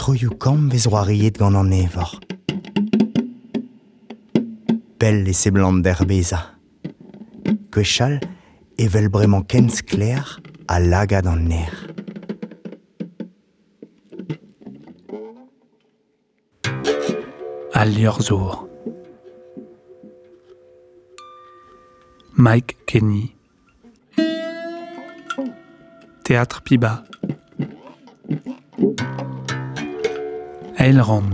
Troioù kamm vez roariet gant an evor. Pell e se blant d'herbeza. Kwechal evel e bremañ kenz kler a lagad an er. ner. al liorzor. Mike Kenny. Théâtre Piba. Elrond.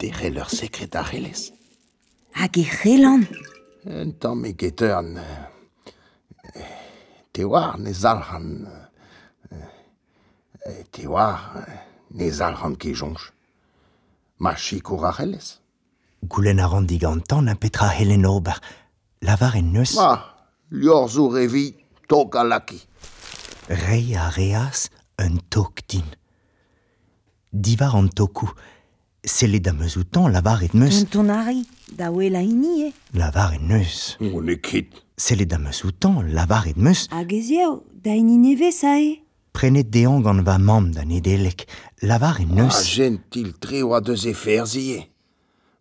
Dere leur sekret ar c'helez. Hag e c'hellan Un tamm e getern... Te war ne zalhan... euh, Te war euh, ne zalhan ke jonch. Ma chikour ar c'helez. Goulenn a ran digantan a petra helen ober. Lavar en neus, Ma, lior zo revi tok a laki. rei a reas un tok din. Divar an toku. Seled am eus outan lavar et meus. Un ton ari, da oela ini e. Lavar et neus. On e ket. Seled am eus outan lavar e et meus. Hag ez eo, da ini neve sa e. Prenet dean gant va mamm da nedelek. Lavar et A neus. gent il tre oa deus e ferzie.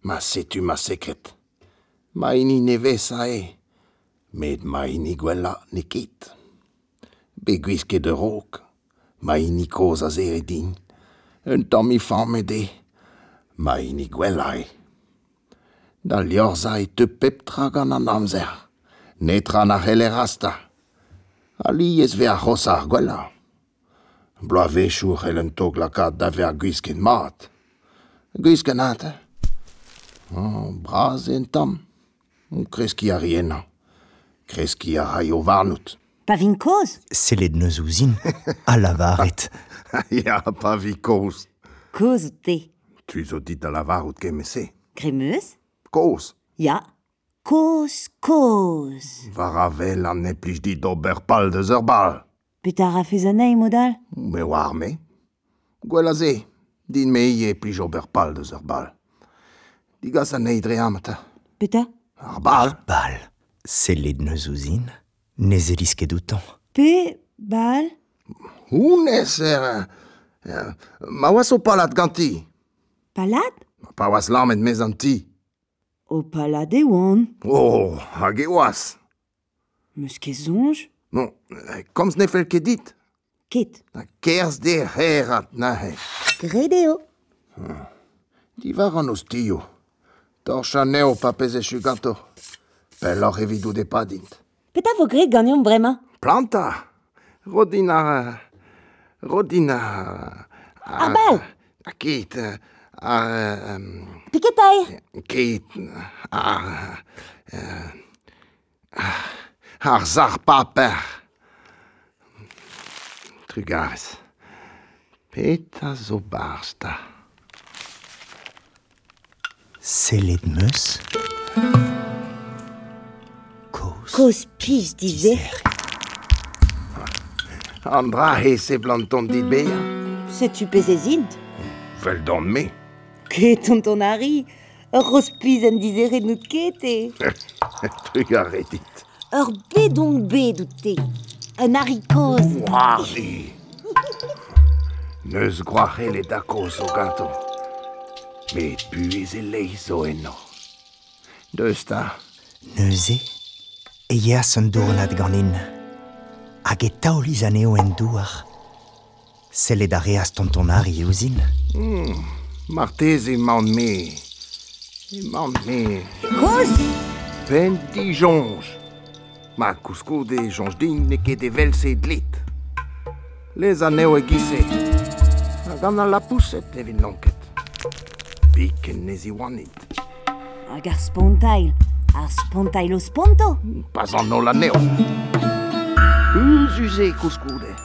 Ma setu ma sekret. Ma ini nevez a e. Met ma ini gwella ne ket. Beguiz ket ur rok. Ma ini koz a zere din. Un tamm i fam e de. Ma ini gwella e. Da liorza e te pep tra gant an amzer. Netra na hele rasta. Ali ez ve a c'hoz ar gwella. Bloa vechou c'hell un tog lakad da ver guisken mat. Guisken hant, eh? Oh, braz en tam. Um kreski a riena. Kreski a rai o varnout. Pa vin koz, Seled neus ouzin a lavaret. ya, pa vi koz. koz out te. Tu zo dit a la varout kemese. Kremeus Koz. Ya. Koz, koz. Var a vel an ne plij dit ober pal deus ur bal. Petra a fezana e modal Me war me. Gwell a ze. Din me ie plij ober pal deus ur bal. Digas an eidre amata. Petra Ar bal? Bal. Seled neus ouzin. Nez eliz ket outan. Pe, bal Houn ez er... er ma oas o palat ganti. Palad Pa oas lamet mez an ti. O palad e oan. Oh, hag e oas. Meus ket zonj Non, komz ne fel ket dit. Ket. Na kerz de herat na he. Gredeo. Di var an oz tio. Torcha neo pa peze ganto. Pel ar evidou de padint. Petra vo gred gant bremañ Planta. Rodina... Rodina... Ar bal. A ket... eh, Ar... em, Piketa e Ket... Ar... eh, Ar zar paper. Trugarez. Peta zo barsta. Seled meus. Koz. Koz pis dizer. Andra he se blanton dit bea. Setu peze zint. Vel don me. Ket on ton ari. Ur roz pis en dizeret nout ket e. Trugarez dit. Ur bedon bet out te. Un ari koz. War di. Neus groare le da koz o gato. Met buez e leiz o eno. Deus da. Neuze e yas an dournad ganin. Hag e taoliz aneo en douar. Seled a reas tonton ari e ouzin. Martez e man me. E man me. Koz Pen di jonj. Ma kousko de jonj din ne ket e vel se dlit. Lez aneo e gise. A gant a la pousset evit lanket. Pik en e nezi wanit. Hag ar spontail. Ar spontail o sponto. Pas an ol aneo. Eus uze kousko de.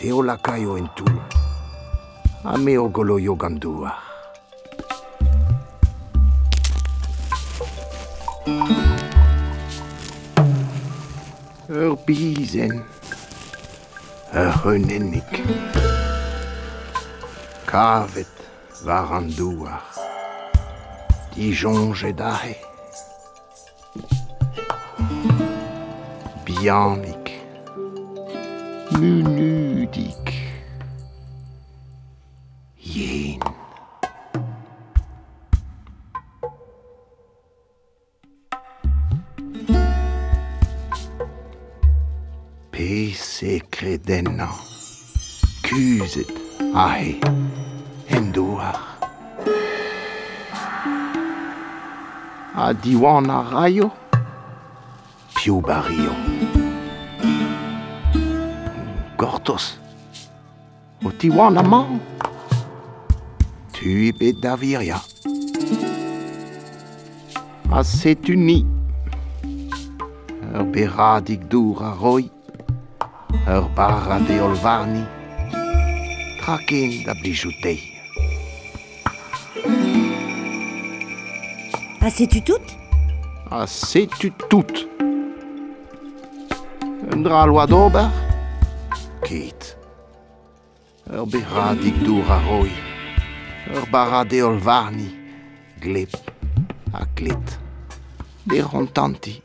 Teo la kaio en tou. A me o golo yo gandoua. Ur bizen. Ur renennik. Kavet var an douar. Dijon jedare. jannik. Munudik. Yen. Pese kredenna. Kuzet ahe. Endoar. A diwan a raio. Pio barrio. Gortos. O tiwan a man. Tu e bet da viria. A setuni. Ur beradik dour a roi. Ur bar a de olvarni. Traken da blijoutei. Ah, sais-tu toutes A Ah, setu tout. Un dra loa d'ober Ket. Ur beradik dour a roi. Ur barade ol varni. Gleb a glet. De rontanti.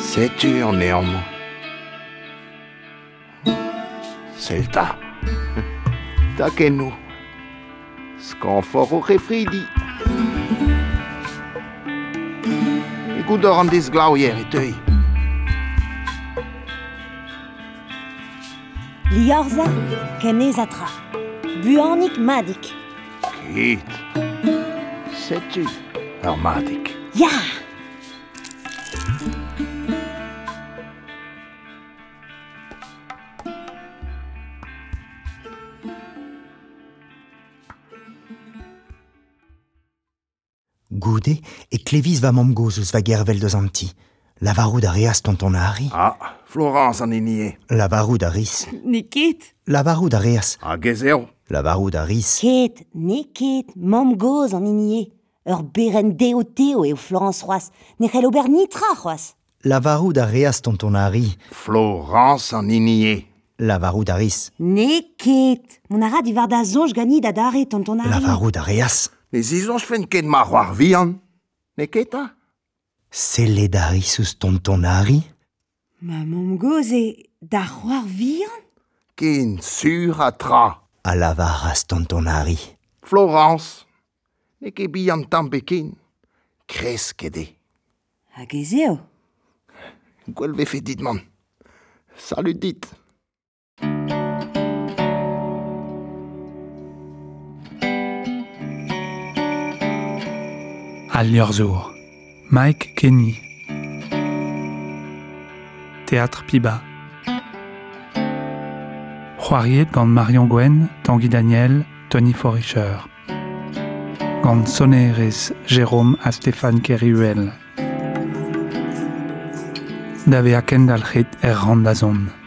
Setu an eom. Selta. Ta kenou. Skanfor o refridi. E goudor an dez glau yer e teuy. Liorza, kenez atra. Buornik madik. Ket. Setu ur madik. Ya Goude e klevis va mamm goz eus va gervel deus an ti. Lavarout a reas tonton a ari. Ah, Florence an e. enie. Lavarout a ris. Niket Lavarout a reas. A gezeo. Lavarout a ris. Ket, neket, mam goz an inie. Ur beren deo teo eo Florence Roas. Ne c'hell ober nitra, Roas. Lavarout a reas tonton a ari. Florence an e. enie. Lavarout a ris. Neket Mon ara di var da zonj gani da dare tonton ari. Lavarout a reas. Ne zizon sfen ket ma roar vian. Ne keta? Seled a ris eus tonton a ari. Ma mam goz e da c'hoar vihan Ken sur a tra. A lavaras tonton a ari. Florence. Ne ket bi an tampe ken. Kres kede. Hag ezeo Gwell vefe dit man. Salut dit. Al Liorzour. Mike Kenny. Théâtre Piba. Juariet gant Marion Gwen, Tanguy Daniel, Tony Forischer. Gant Soneres, Jérôme a Stéphane Kerruel. Dave a kendal c'het er randazon.